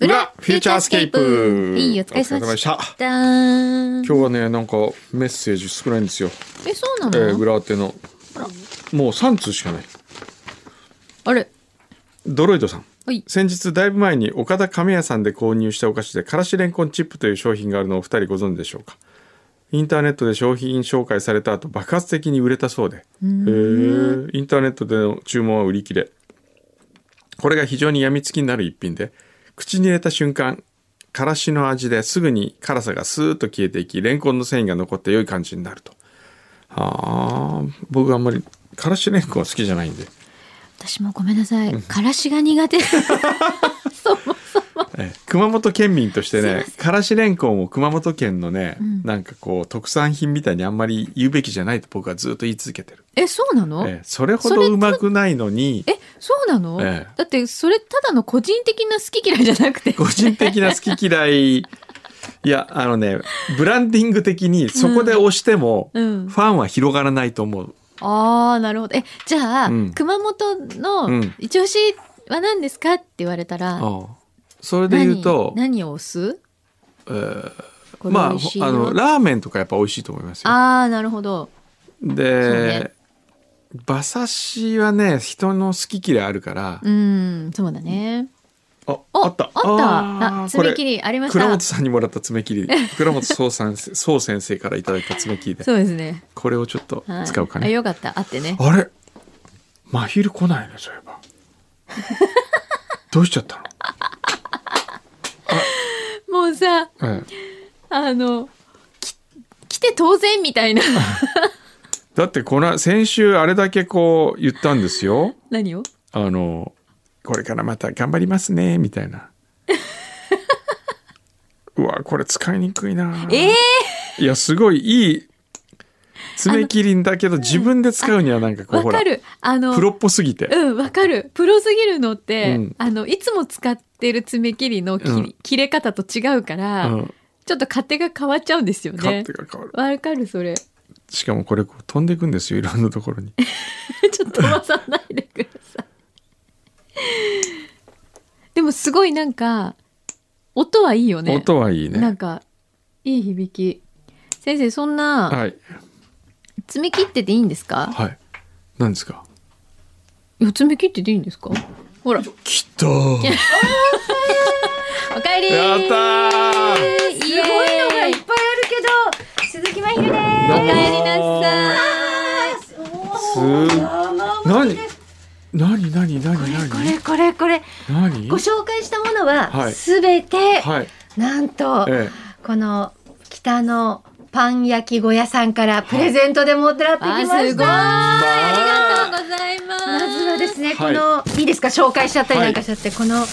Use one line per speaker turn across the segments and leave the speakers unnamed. ューチャースケープ
いいお疲れ様でした
お疲れ様
今
でし今日はねなんかメッセージ少ないんですよ、
えそう
え
なの、
ー、グラーテの
ら
もう3通しかない
あれ
ドロイドさん
はい
先日だいぶ前に岡田亀屋さんで購入したお菓子でからしレンコンチップという商品があるのをお二人ご存知でしょうかインターネットで商品紹介された後爆発的に売れたそうでへえインターネットでの注文は売り切れこれが非常に病みつきになる一品で口に入れた瞬間からしの味ですぐに辛さがスーッと消えていきレンコンの繊維が残って良い感じになるとあー僕あんまりからしレンコンは好きじゃないんで
私もごめんなさいからしが苦手そう
ええ熊本県民として
すい
ね
ません
からしれんこんを熊本県のね、
ん
なんかこう特産品みたいにあんまり言うべきじゃないと僕はずっと言い続けてる、
えそうなの
ええそれほ
それ
どうまくないのに
えそうなの、
ええ
だってそれただの個人的な好き嫌いじゃなくて
個人的な好き嫌いいやあのねブランディング的にそこで押しても、
うん
ファンは広がらないと思う
ああなるほどえじゃあ、
うん
熊本
う
の
ん
一押しは何ですかって言われたら、
ああそれで
何
言うと、
何を押すこれ
まあ
美
ほ
味しいよ
あのラーメンとかやっぱ美味しいと思いますよ
あーなるほどそうね
で、馬刺しはね人の好き嫌いあるから、
うんそうだね
あ
お
あった
あった
ー
あ
これ
爪切りありまし
倉
た
本さんにもらった爪 切り倉本総さん総先生からいただいた爪切りで
そうですね、
これをちょっと
はい
使うか
あ
ね、
よかったあってね
あれ真昼来ないねそういえばどうしちゃったの
もうさ、
ええ
あの、き来て当然みたいな。
だってこの先週あれだけこう言ったんですよ
何を
あのこれからまた頑張りますねみたい なうわこれ使いにくいな
ええ
いやすごいいい爪切りんだけど自分で使うにはなんかこう
わ
ほら
かる。あの、
プロっぽすぎて、
うん、わかる。プロすぎるのって、
うん
あの、いつも使ってる爪切りの切,、
うん
切れ方と違うから、
うん、
ちょっと勝手が変わっちゃうんですよね
勝手。が変わる
わかる、それ。
しかもこれこう飛んでいくんですよいろんなところに
ちょっと飛ばさないでください。でもすごいなんか、音はいいよね。
音はいいね
なんか、いい響き。先生、そんな、
はい
爪切ってていいんですか
はい何ですか
いや爪切ってていいんですかほらおか
きたーやっ
えり
たー
すごい
すごいのがいっぱいあるけど、鈴木まひるで
どう
お
も
かえりなさ
す。おー
す
生もの
何
です
何何何何
これこれこれ
何
ご紹介したもの
は
はいすべて、
はい
なんと、
え
この北のパン焼き小屋さんからプレゼントでもらってき
あ
ま
す
し
ごい
た。
あ
あ
りがとうございます
まずはですね、
はい
このいいですか紹介しちゃったりなんかしちゃって、この味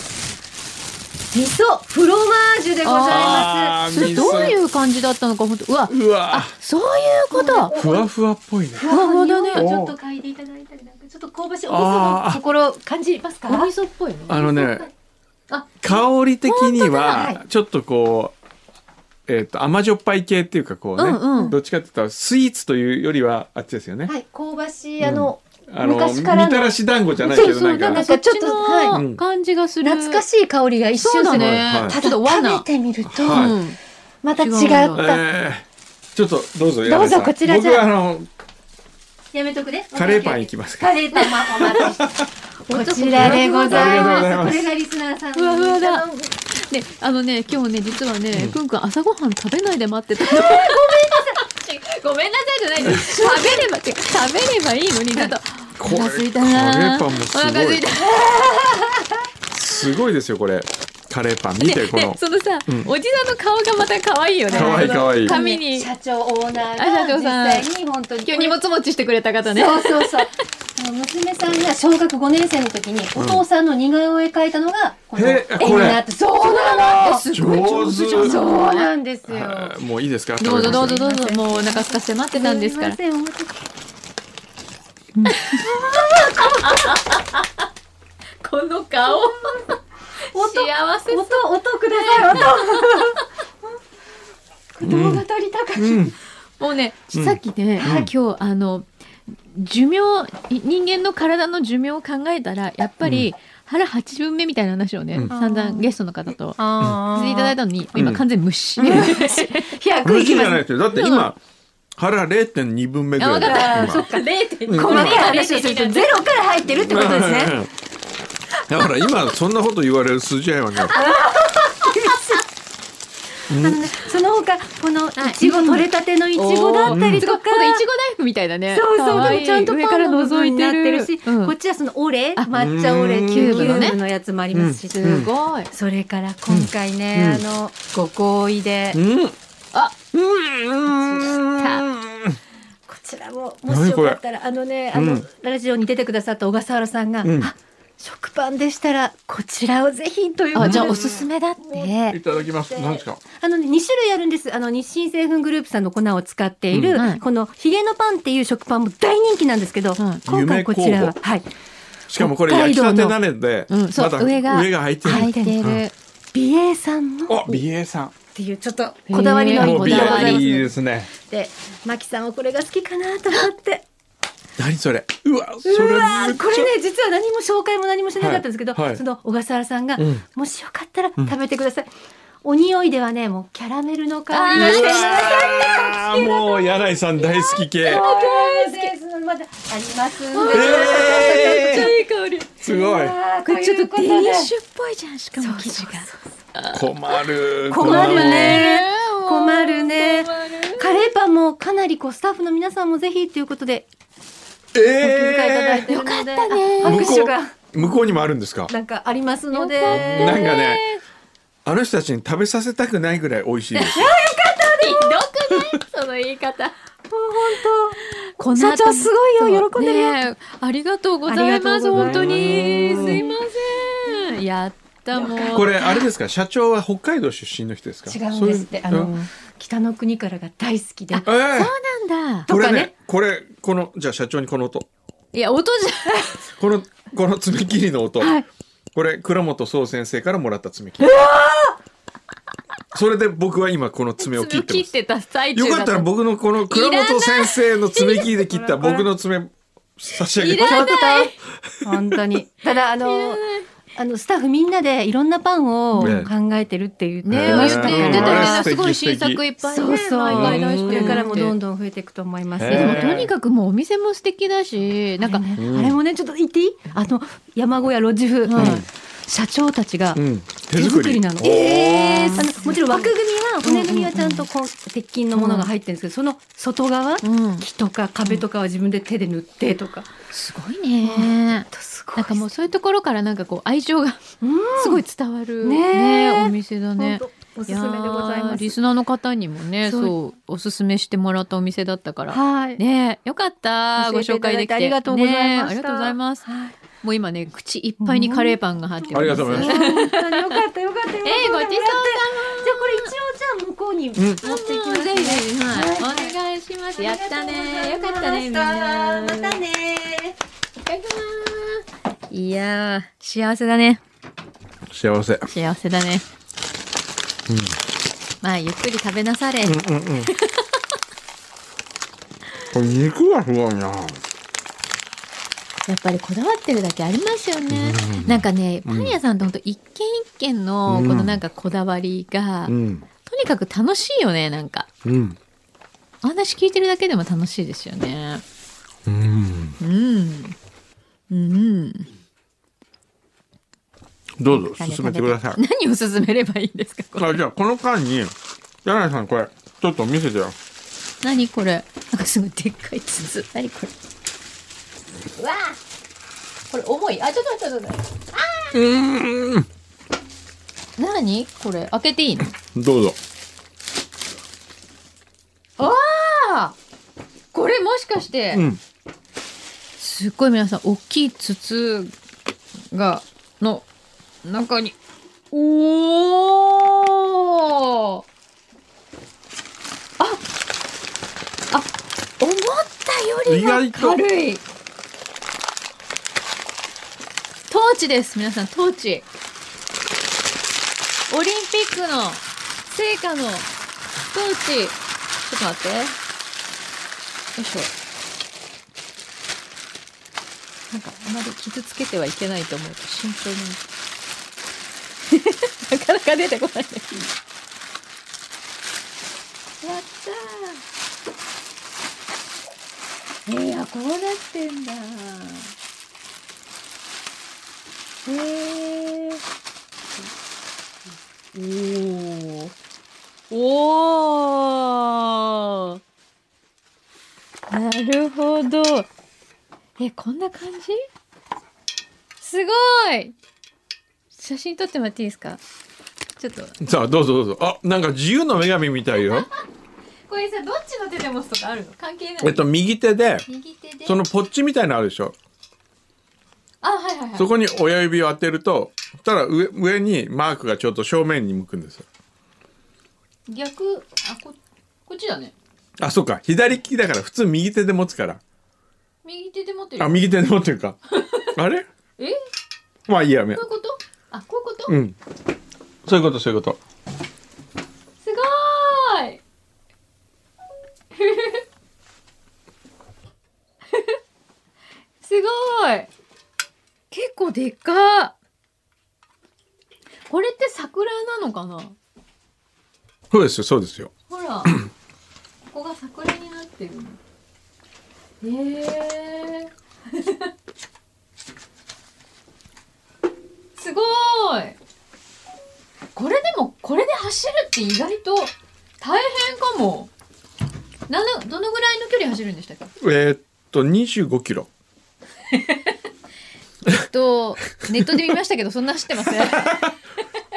噌フロマージュでござい
あ
ます。
それどういう感じだったのか本当うわ
うわ
そういうこと
ふわふわっぽいね
ふわふわだね。
お
ちょっと嗅いでいただいたりなんか、ちょっと香ばしいお味
あ
噌
ー
のところ感じますか。
お味噌っぽいの
あのね
あ
香り的に
本当だは
はいちょっとこうえっ、と甘じょっぱい系っていうかこうね、
うんうん
どっちかって言ったらスイーツというよりはあっちですよね、
はい、香ばしい、あの、
あの
昔
み
からの
たらし団子じゃないけ
そう
ど
そう
なん
なん
か
か
そ
そっ
っち
ち
のはい
の感じがする
懐か
い
しい香りが一
そう
瞬す
だ
る。
ね
はい
ちょ
た
っと
だ
和
食べ
な
てみると、
はい
うん
また違っ
違うん
た。
えーちょっとどうぞ
どうぞ
柳井さん
こちらじゃ
僕はあの
やめとくね。
カレーパンいきますか
カレーパンまあまあこちらでござい
ありがとうございま
ますす。これがリスナーさんの。
ふわふわだ
あの
であのね今日ね実はねくんくん朝ごはん食べないで待 ってたのごめんなさいごめんなさいじゃないです食べれば違う食べればいいのにちょっとお
これ
腹すいたな
カレーパンも
お
すごい
腹すいた
すごいですよこれカレーパン見
で
てこの
でそのさ、
うん
おじさんの顔がまた可愛いよね
可愛い可愛い
髪に今
社長オーナー
あ
が
社長
実
さん
際に本当に
日荷物持ちしてくれた方ね
そうそうそう。あの娘さんが小学5年生の時にお父さんの似顔絵描いたのがこの
へ
絵
これ
になってそうなの
すごい上手じゃ
上
ん
手
そうなんですよ。
あーもういいですか
どうぞどうぞどうぞ
すいません
もうお腹空かせて待ってたんですから
すいませんお待たせ
この 顔幸せ
音音ください音。動画撮りたかった。
うん
もうねさっきね、今日あの寿命い人間の体の寿命を考えたらやっぱり、腹八分目みたいな話をね、
うん
散々ゲストの方と
あ
していただいたのに、
ん
今完全無 視。100い
無事
き
じ
ま。
ゃないですすよだって今腹0.2分目ぐらいだよ
あ
今
そっか0.5
うん
細かい話をするとゼロから入ってるってことですね
だから今そんなこと言われる筋合いはない。
その他このいちご取れたてのいちごだったりとか
このいちご大福みたいだね。
そう
か
そう
わ
で
い
も
い
ちゃんと
上
パ
か
ン
ら
の部
覗
分
い
にな
て
って
る
るし
うん
こっちはそのオレ
あ
抹茶オレ
うん
キューブ
キューブのね
のやつもありますし
すごい。
それから今回ね
う
あ
ん
のご好意で
うん。
あ、
うん。
こちらももしよかったらあのねあ
う
の
ん
ラジオに出てくださった小笠原さんが
うん
あ食パンでしたらこちらをぜひということ
あ
で
じゃあおすすめだって。
いただきます。何ですか。
あのね、2種類あるんです。あの、日清製粉グループさんの粉を使っている、
うんはい
このヒゲのパンっていう食パンも大人気なんですけど、
はい
今回こちらは、はい、
しかもこれ焼きたてなので、
うん、そ
ま
う、
だ
上が。
上が入ってる。
入ってる。
美瑛さんのっ
あ、美瑛さん。
ていう、ちょっとこだわりの
へー
もう
こ
美
だわ
瑛
り
いいですね。
で、マキさんはこれが好きかなと思って。
何それ。うわ、それ
う
めっち
わ
ゃ。
ーこれね、実は何も紹介も何もしなかったんですけど、
はいはい
その小笠原さんが、
うん
もしよかったら食べてください。お匂いではね、もうキャラメルの香り
う
が
わ
して、
ーもう柳井さん大好き系。
そうです。まだありますんで。
え
い
ー
い香り。
すごい。
これちょっとデニッシ
ュ。
ュっぽいじゃん、しかも生地が。
困る。
困るね。
もう
困るね
困る
カレーパンもかなりこうスタッフの皆さんもぜひということで
え
お気遣いいただい
え
てるので、よかった
ね
ー。向
拍手
こ
が
う向こうにもあるんですか。
なんかありますので。
なんかね、あの人たちに食べさせたくないぐらい美味しいです。
ひどく ないその言い方。本
社長すごいよ喜んでるよ
ありがとうござい
あ
ま
りが
す
とうござ
本
います
当にすいませんやったもう
これあれですか、社長は北海道出身の人ですか。
違うんですってあ
そういう
の北の国からが大好きで。
うんええ
そうなんだ
これ
とか
ね
ね、
これこのじゃあ社長にこの音、
いや音じ
このこの爪切りの音、
はい
これ倉本総先生からもらった爪切り。それで僕は今この爪
ゃ
を切
爪
って
切
ま
っ
す。
てた最中
よかったら僕のこの倉本先生の爪切りで切った僕の爪差し上げ
い
て。
らない
本当に。ただあのあのスタッフみんなでいろんなパンを
ね
考えてるって言って
ね
え
美
ま
味し
し
く
たか
うん
出てた
あれ
ら。
ね
素
す
敵
ごい新作いっぱいね
そうそう。
毎回出して
これからもどん
ど
どん増えていくと思います。
へ
でも
ー
とにかくもうお店も素敵だしなんか
うん
あれもねちょっと言っていいあの山小屋ロッジ風、
はい
社長たちが
うん、
手
手
作
作
り
り
なの。
え
あのもちろん枠組みは骨組みはちゃんとこう鉄筋のものが入ってるんですけどその外側、
うん
木とか壁とかは自分で手で塗ってとか、
すごいね
す
なんかもうそういうところからなんかこう愛情がすごい伝わる
ね
ね
え
お店だね
ね、本当おすすめでござい
や
ま
ーリ
す。
スナーの方にもね、そ
そうう
おすすめしてもらったお店だったから。
はい、
ねえよかった。ご
教えて
紹
いた
介
だ
でき
い
て。
てありが
ねえあ
とうございました
りがとうございます。もう今ね、口いっぱいにカレーパンが入ってる。
ありがとうございま
あー本当によかったよかったよかった。
ええごちそうさ
じゃあこれ一応じゃあ向こうに持っていき
ま。
ます
ぜ
ね。
ひぜひ、は。
はい
お願いします。やったね。
あ
よ
りが
か
とう
った
ござ
ね、
い
みん
ま
な。
したまたね。
いただきますいやー、幸せだね。
幸せ。
幸せだね。まあ、ゆっくり食べなされ。
うんうんうん。これ肉がすごいな。
やっぱりこだわってるだけありますよね。なんかね、パン屋さんって本当一軒一軒の
うん
このなんかこだわりが、
うん
とにかく楽しいよね、なんか。
うん
お話聞いてるだけでも楽しいですよね。
うん。
うん。うん。
どうぞ進めてくださ い。
何を進めればいいんですかこれ
あじゃあこの間に柳井さんこれちょっと見せてよ。
何これなんかすごいでっかい筒。何これうわこれ重い。あ、ちょっと待って、ちょっと待って。
うん。
何これ開けていいの
どうぞ。
ああこれもしかして、
うん。
すっごい皆さん大きい筒がの中におおああ思ったより
意
は
外と
軽いトーチです皆さんトーチオリンピックの聖火のトーチちょっと待ってよいしょなんかあまり傷つけてはいけないと思うと慎重になかなか出てこないねやったーえー、あこうなってんだへえー、おおおーなるほど。え、こんな感じすごい写真撮ってもらっていいですかちょっと。
さあどうぞどうぞあなんか自由の女神みたいよ
これさ、どっちの手で持つとかあるの関係ない。
えっと右手で
右手で。
そのポッチみたいなのあるでしょ
あ、はいはいはい。
そこに親指を当てるとそしたら上上にマークがちょっと正面に向くんですよ
逆、あ、こ、こっちだね。
あそうか左利きだから普通右手で持つから
右手で持ってる
あ。右手で持って るかあれ
え
まあいいやめ
こういうことあ、こういうこと、
うんそういうことそういうこと
すごーい すごい結構でっかこれって桜なのかな
そうですよそうですよ
ほらここが桜になってるのへえー、すごーいこれでもこれで走るって意外と大変かもなのどのぐらいの距離走るんでしたっけ
えーっと25キロ
えっとネットで見ましたけどそんな走ってません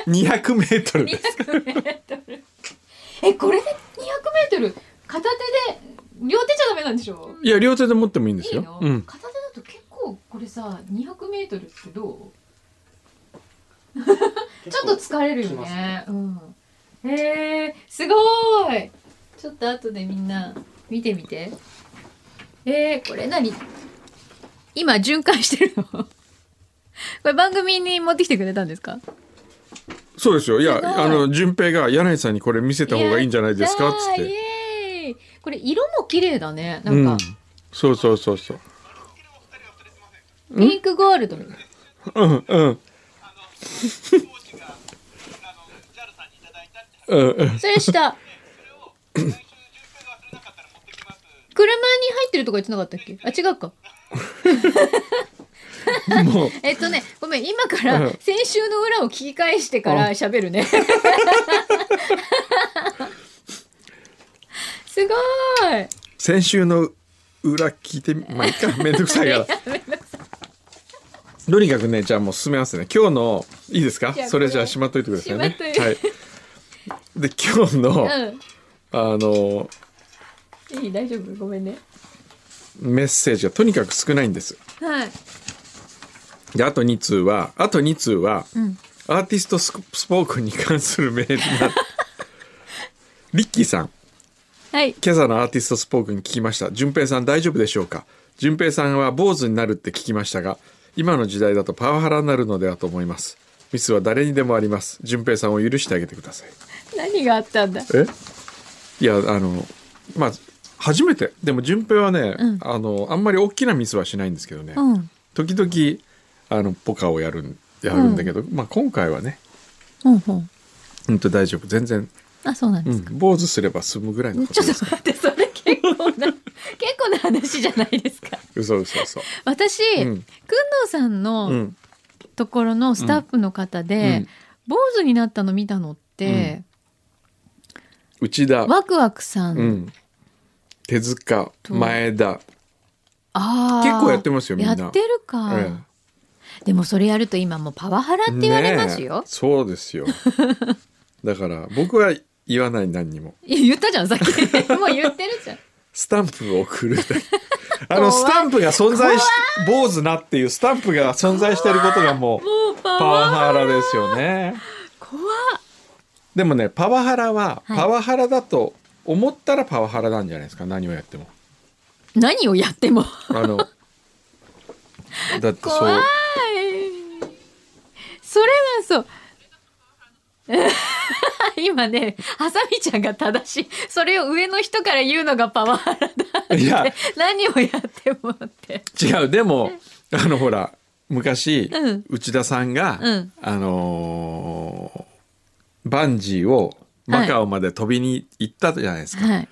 200メートルです
200m えこれで 200m 片手で両手じゃダメなんでしょ
いや両手で持ってもいいんです
いい
よ
の、
うん、
片手だと結構これさ 200m ってどうちょっと疲れるよねうん、へえすごいちょっと後でみんな見てみてえー、これ何今循環してるの これ番組に持ってきてくれたんですか
そうですよいや
すごい
あの順平が柳井さんにこれ見せた方がいいんじゃないですかっつっ
やったー
て
イエーイこれ色も綺麗だねな
うん
か、
んそうそうそうそう
ピンクゴールドみたいな
うんうんうんうん
それした。車に入ってるとか言ってなかったっけあ違うか
もう
えっとねごめん今か
う
ら
ん
先週の裏を聞き返してから喋る ねすごーい
先週の裏聞いてみまあいい かめんどくさいからとにかくねじゃあもう進めますね今日のいいですか
じゃあ
それじゃあしまっといてくださいね
しまっといて
はいで今日の、あの
うんいい大丈夫ごめんね
メッセージがとにかく少ないんです
はい
であと2通はあと2通は、
ん
アーティストススポークに関するメールなリッキーさん
はい
今朝のアーティストスポークに聞きました順平さん大丈夫でしょうか順平さんは坊主になるって聞きましたが今の時代だとパワハラになるのではと思いますミスは誰にでもあります順平さんを許してあげてください
何があったんだ
えいやあのまあ初めてでも順平はね、
うん
あのあんまり大きなミスはしないんですけどね、
うん
時々あのポカをやるんやるんだけど、まあ今回はね
ほんほん
うんと大丈夫全然、
あそうなん
う
です
ん、坊主すれば済むぐらいのこ
ち
と
ょっと
です
待ってそれ結構な結構な話じゃないですか
嘘嘘嘘
私、
う
くん
ん
どうさん
う
の
ん
ところのスタッフの方で、
うん
坊主になったの見たのって、
内田
ワクワクさん、
うん、手塚
と
前田
あー
結構やってますよみんな
やってるか、
え
でもそれやると今もうパワハラって言われますよ
ねえ、そうですよ だから僕は言わない何にも
いや言ったじゃんさっ きもう言ってるじゃん
スタンプを送る だけあのスタンプが存在し坊主なっていうスタンプが存在してることがもう
もうパ
パ
ワ
ワ
ー
ハラですよね
怖っ
でもねパワハラは
はい
パワハラだと思ったらパワハラなんじゃないですか何をやっても
何をやっても
あ のだってそう
怖いそれはそう 今ねハサミちゃんが正しいそれを上の人から言うのがパワハラだ
いや
何をやってもって
違うでもあのほら昔、
うん
内田さんが、
うん
あのーバンジーをマカオまで飛びに行ったじゃないですか、
はい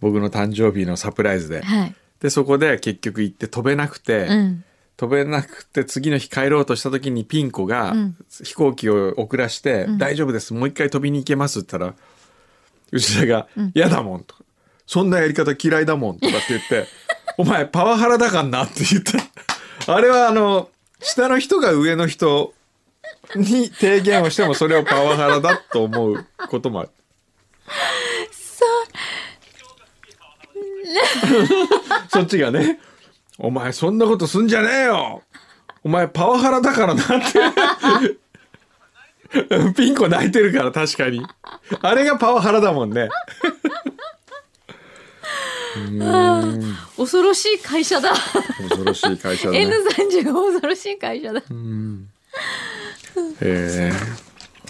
僕の誕生日のサプライズで。
はい
でそこで結局行って飛べなくて、
うん
飛べなくて次の日帰ろうとした時にピン子が
うん
飛行機を遅らして「大丈夫ですもう一回飛びに行けます」って言ったら内田が「嫌、だもん」とか「そんなやり方嫌いだもん」とかって言って「お前パワハラだかんな」って言ったあれはあの下の人が上の人に提言をしてもそれをパワハラだと思うこともある。 そっちがね「お前そんなことすんじゃねえよお前パワハラだからな」って ピンコ泣いてるから確かにあれがパワハラだもんね
恐ろしい会社だ
恐ろしい会社だね
N35 恐ろしい会社だ
えー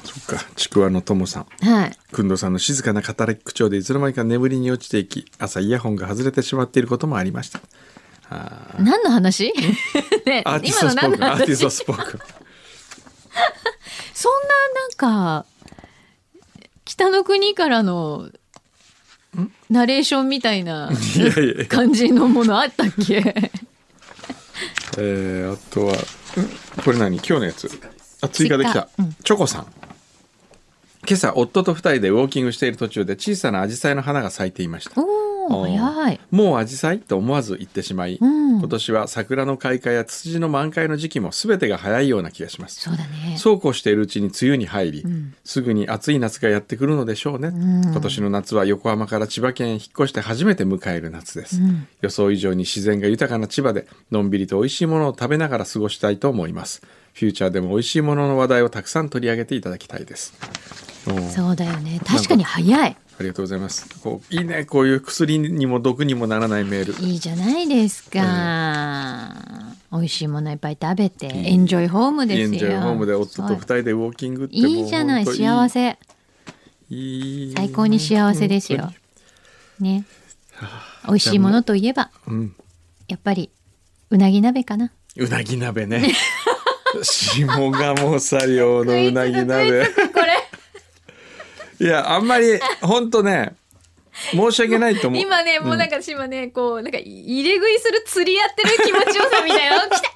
そっかちくわのともさん
はい
くんどさんの静かな語り口調でいつの間にか眠りに落ちていき朝イヤホンが外れてしまっていることもありました
何の話 ね
アーティス
今
ト
の
スポー
何
クン
の
アーティ
話
ストスポークン
そんななんか北の国からのナレーションみたい ない
や いやいや
感じのものあったっ け
えー、あとはんこれ何今日のやつあ追加でき
追
た、
加うん
チョコさん今朝夫と二人でウォーキングしている途中で小さなアジサイの花が咲いていました
おお
うん
早い
もうアジサイと思わず言ってしまい、
うん
今年は桜の開花やツツジの満開の時期も全てが早いような気がします
そうだね
そうこうしているうちに梅雨に入り、
ん
すぐに暑い夏がやってくるのでしょうね、
ん
今年の夏は横浜から千葉県へ引っ越して初めて迎える夏です、
うん
予想以上に自然が豊かな千葉でのんびりと美味しいものを食べながら過ごしたいと思いますフューチャーでも美味しいものの話題をたくさん取り上げていただきたいですおー
そうだよね確かに早い
ありがとうございますこういいねこういう薬にも毒にもならないメール
いいじゃないですか、美味しいものいっぱい食べてエンジョイホームですよ
エンジョイホームで夫と二人でウォーキングってもう
いいじゃない
本当
幸せ
いい
最高に幸せですよ
本
ね美味しいものといえば
当にうん
やっぱりうなぎ鍋かな
うなぎ鍋ね。下鴨さ用のう なぎ鍋。
これ
いや、あんまり、ほんとね、申し訳ないと思う。
今ねもうなんか今ねこうなんか入れ食いする釣りやってる気持ちよさみたいな来た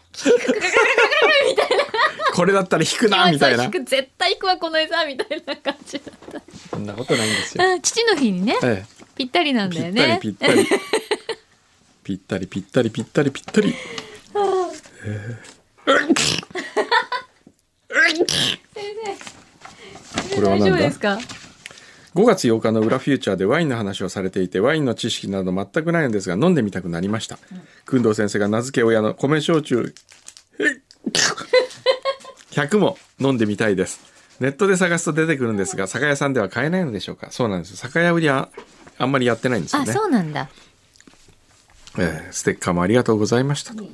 これだったら引くな、
気持
み
ち
たい
よ
な。
引く絶対行くわこの餌みたいな感じだっ
そんなことないんですよ。
たあ父の日にね
え
ぴったりな
え、
ん
ぴ
だよ
ったり
ね
ぴったり。ぴったりぴったりぴったりぴ ったり。これは
大
なん
丈夫
だ
ですか
5月8日の裏フューチャーでワインの話をされていてワインの知識など全くないのですが飲んでみたくなりました工藤先生が名付け親の米焼酎100も飲んでみたいですネットで探すと出てくるんですが酒屋さんでは買えないのでしょうかそうなんです酒屋売りはあんまりやってないんですよ
あ
ね
そうなんだ
えーステッカーもありがとうございましたと。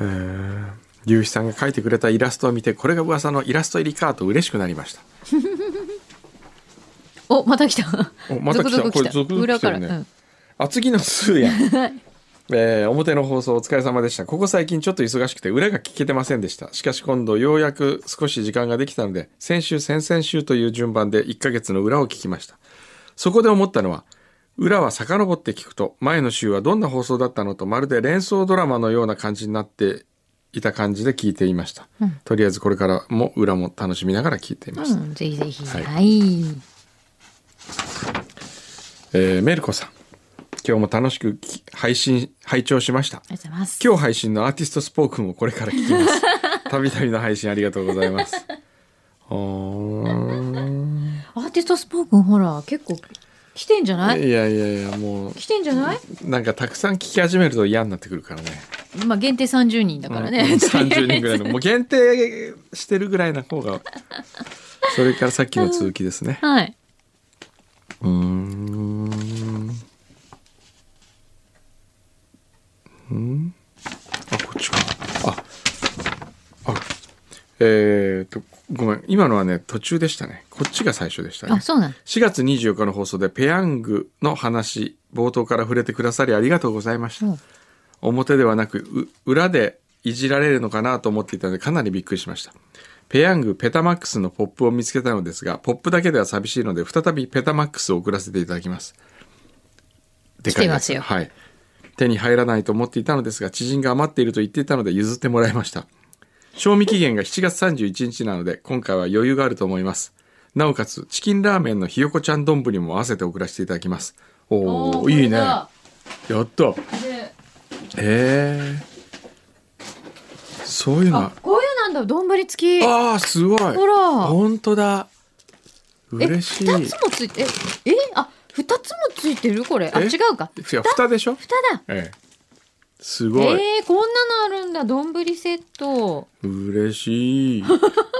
えー龍一さんが描いてくれたイラストを見てこれが噂のイラスト入りかと嬉しくなりました
おまた来た
おまた来た
ゾクゾク
これゾクゾク
裏
来て
か
る
ら、
ね
うん
厚木のスー ヤンえー表の放送お疲れ様でしたここ最近ちょっと忙しくて裏が聞けてませんでしたしかし今度ようやく少し時間ができたので先週先々週という順番で1ヶ月の裏を聞きましたそこで思ったのは裏は遡って聞くと前の週はどんな放送だったのとまるで連想ドラマのような感じになっていた感じで聞いていました、とりあえずこれからも裏も楽しみながら聞いていました、
うん、ぜひぜひ。
はい
はい。
えーメルコさん今日も楽しく聞き配信拝聴しました
ありがとうございます。
今日配信のアーティストスポークンをこれから 聞きます。たびたびの配信ありがとうございます。おー
アーティストスポークンほら、結構来てんじゃない
いやいやいや、もう、
来てんじゃない
なんかたくさん聞き始めると嫌になってくるからね。
まあ限定30人だからね。
うん30人 ぐらいの、もう限定してるぐらいな方 が。それからさっきの続きですね。
はい。
うーん。うんあ、こっちか。あ、あ、えー、っと、ごめん。今のはね、途中でしたね。こっちが最初でしたね
あ、。そうなん。
4月24日の放送でペヤングの話、冒頭から触れてくださりありがとうございました。
うん
表ではなくう裏でいじられるのかなと思っていたのでかなりびっくりしましたペヤングペタマックスのポップを見つけたのですがポップだけでは寂しいので再びペタマックスを送らせていただきますでかいやつ
来てますよ
はい手に入らないと思っていたのですが知人が余っていると言っていたので譲ってもらいました賞味期限が7月31日なので今回は余裕があると思いますなおかつチキンラーメンのひよこちゃん丼も合わせて送らせていただきますおお
ー
いい
これ
ねや
だ
った
で
ええそういうのあ
あこういうなんだ丼付きほ
あーすごい
ら
本当だ
え
嬉しい
二つもついてええあ二つもついてるこれあ
え
違うか
いや蓋でしょ
蓋だ
ええすごい、
えー、こんなのあるんだ丼セッ ト
嬉 しい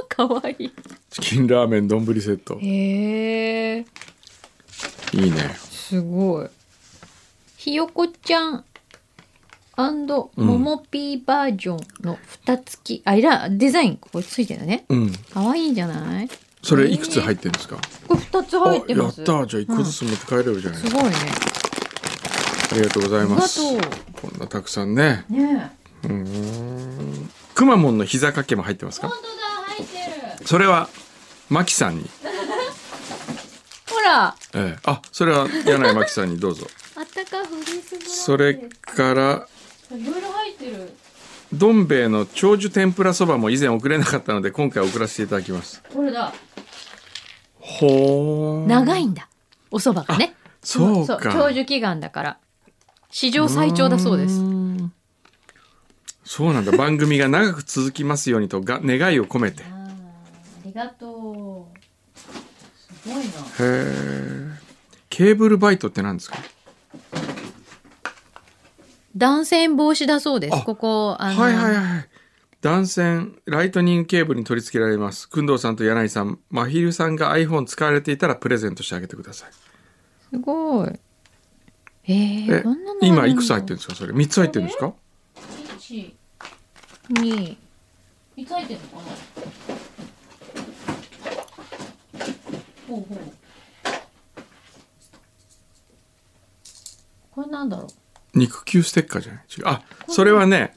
かわいい
チキンラーメン丼セット
へえー、
いいね
すごいひよこちゃんも
うん
もピーバージョンの蓋付き、あいらデザインここついてるね
うん
かわいいんじゃない
それいくつ入ってるんですか、
これ二つ入って
や
ま
っ
す
たじゃあ一個ずつ持って帰れるじゃない、
すごいね
ありがとうござい
あり
ま
が
す
と
こんなたくさんね
うねえ
うーんくまモンの膝掛けも入ってますか
本当だ入ってる
それはマキさんに、
ほら
ええ、あそれは柳井マキさんにどうぞ
あったかフリースブラウンです
それから
いろいろ入ってる
どん兵衛の長寿天ぷらそばも以前送れなかったので今回送らせていただきます
これだ
ほー
長
い
いんだお蕎麦がね
そうか
長寿祈願だから史上最長だそうで
う
す
ーんそうなんだ番組が長く続きますようにとが願いを込めてへ
あーありがとうすごいな
えケーブルバイトって何ですか
断線防止だそうで
あ
すここあの、
はいはいはい。断線、ライトニングケーブルに取り付けられます。くんどうさんと柳井さん、まひるさんが iPhone 使われていたらプレゼントしてあげてください。
すごいえー、
え
こんなのあるんだ
今いくつ入ってるんですかそれ。3つ入ってるんですか
一二いつ入ってんのかなほうほうこれなんだろう
肉球ステッカーじゃない違う。あ、それはね、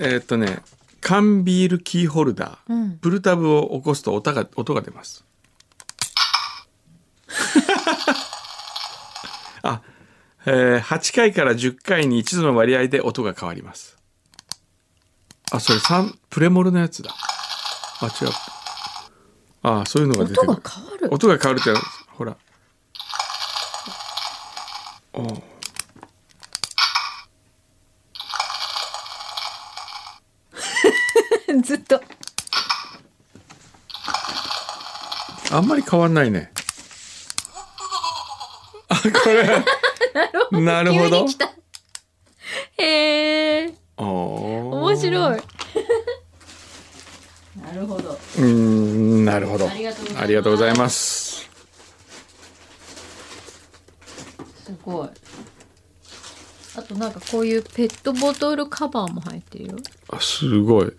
えーっとね、缶ビールキーホルダー。
うん
プルタブを起こすと音が音が 出ます。あ、えー、8回から10回に一度の割合で音が変わります。あ、それ三プレモルのやつだ。あ、違う。あ、そういうのが出て
音
くる
が。変わる
音が変わるってのはほら。おう
ずっと
あんまり変わんないね。あ、こ れ。なるほど。
急に来たへえ面
面
白い。
なるほど。
うーん、なるほど。
ありがとうございます
ありがとうございます。
すごいあとなんかこういうペットボトルカバーも入ってるよ
あすごい。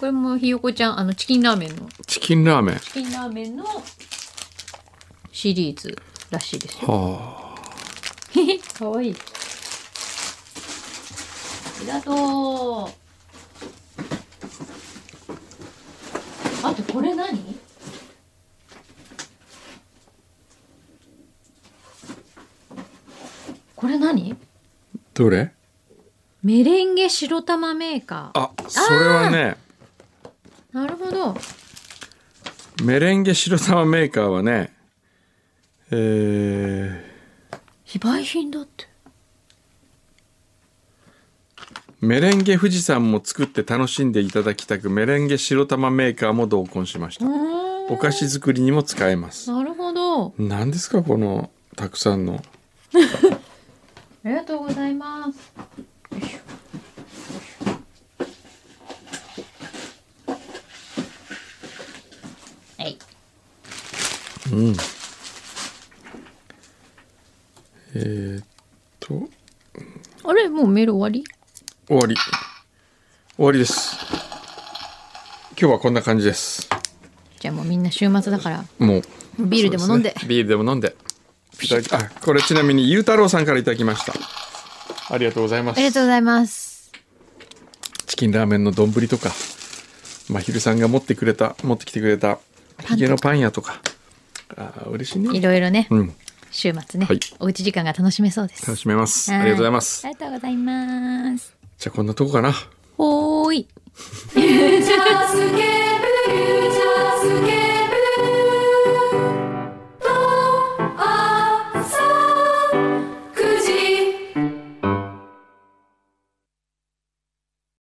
これもひよこちゃんあのチキンラーメンの
チキンラーメン。
チキンラーメンのシリーズらしいですよ。
は
かわいい。ありがとう。あとこれ何？これ何？
あ。どれ。
メレンゲ白玉メーカー。
あ、それはね。
なるほど。
メレンゲ白玉メーカーはね。えー、
非売品だって。
メレンゲ富士山も作って楽しんでいただきたくメレンゲ白玉メーカーも同梱しましたお菓子作りにも使えます
なるほど。
何ですかこのたくさんの
ありがとうございます。はい。
うんえー、っと
あれもうメール終わり
終わり終わりです今日はこんな感じです
じゃあもうみんな週末だから
もう
ビールでも飲んで
そうすねビールでも飲んでいただきあこれちなみにゆうたろうさんからいただきましたありがとうございま
ありが
す
とうございます。
チキンラーメンの丼とかまひるさんが持ってくれた持ってきてくれたひげのパン屋とかあー嬉しい
い
ね
ろいろね、
うん
週末ね、
はい
おうち時間が楽しめそうです。
楽しめます
は
ありがとうございます
ありがとうございます。
じゃあこんなとこかな
ほーい。
フューチャースケープフューチャースケープ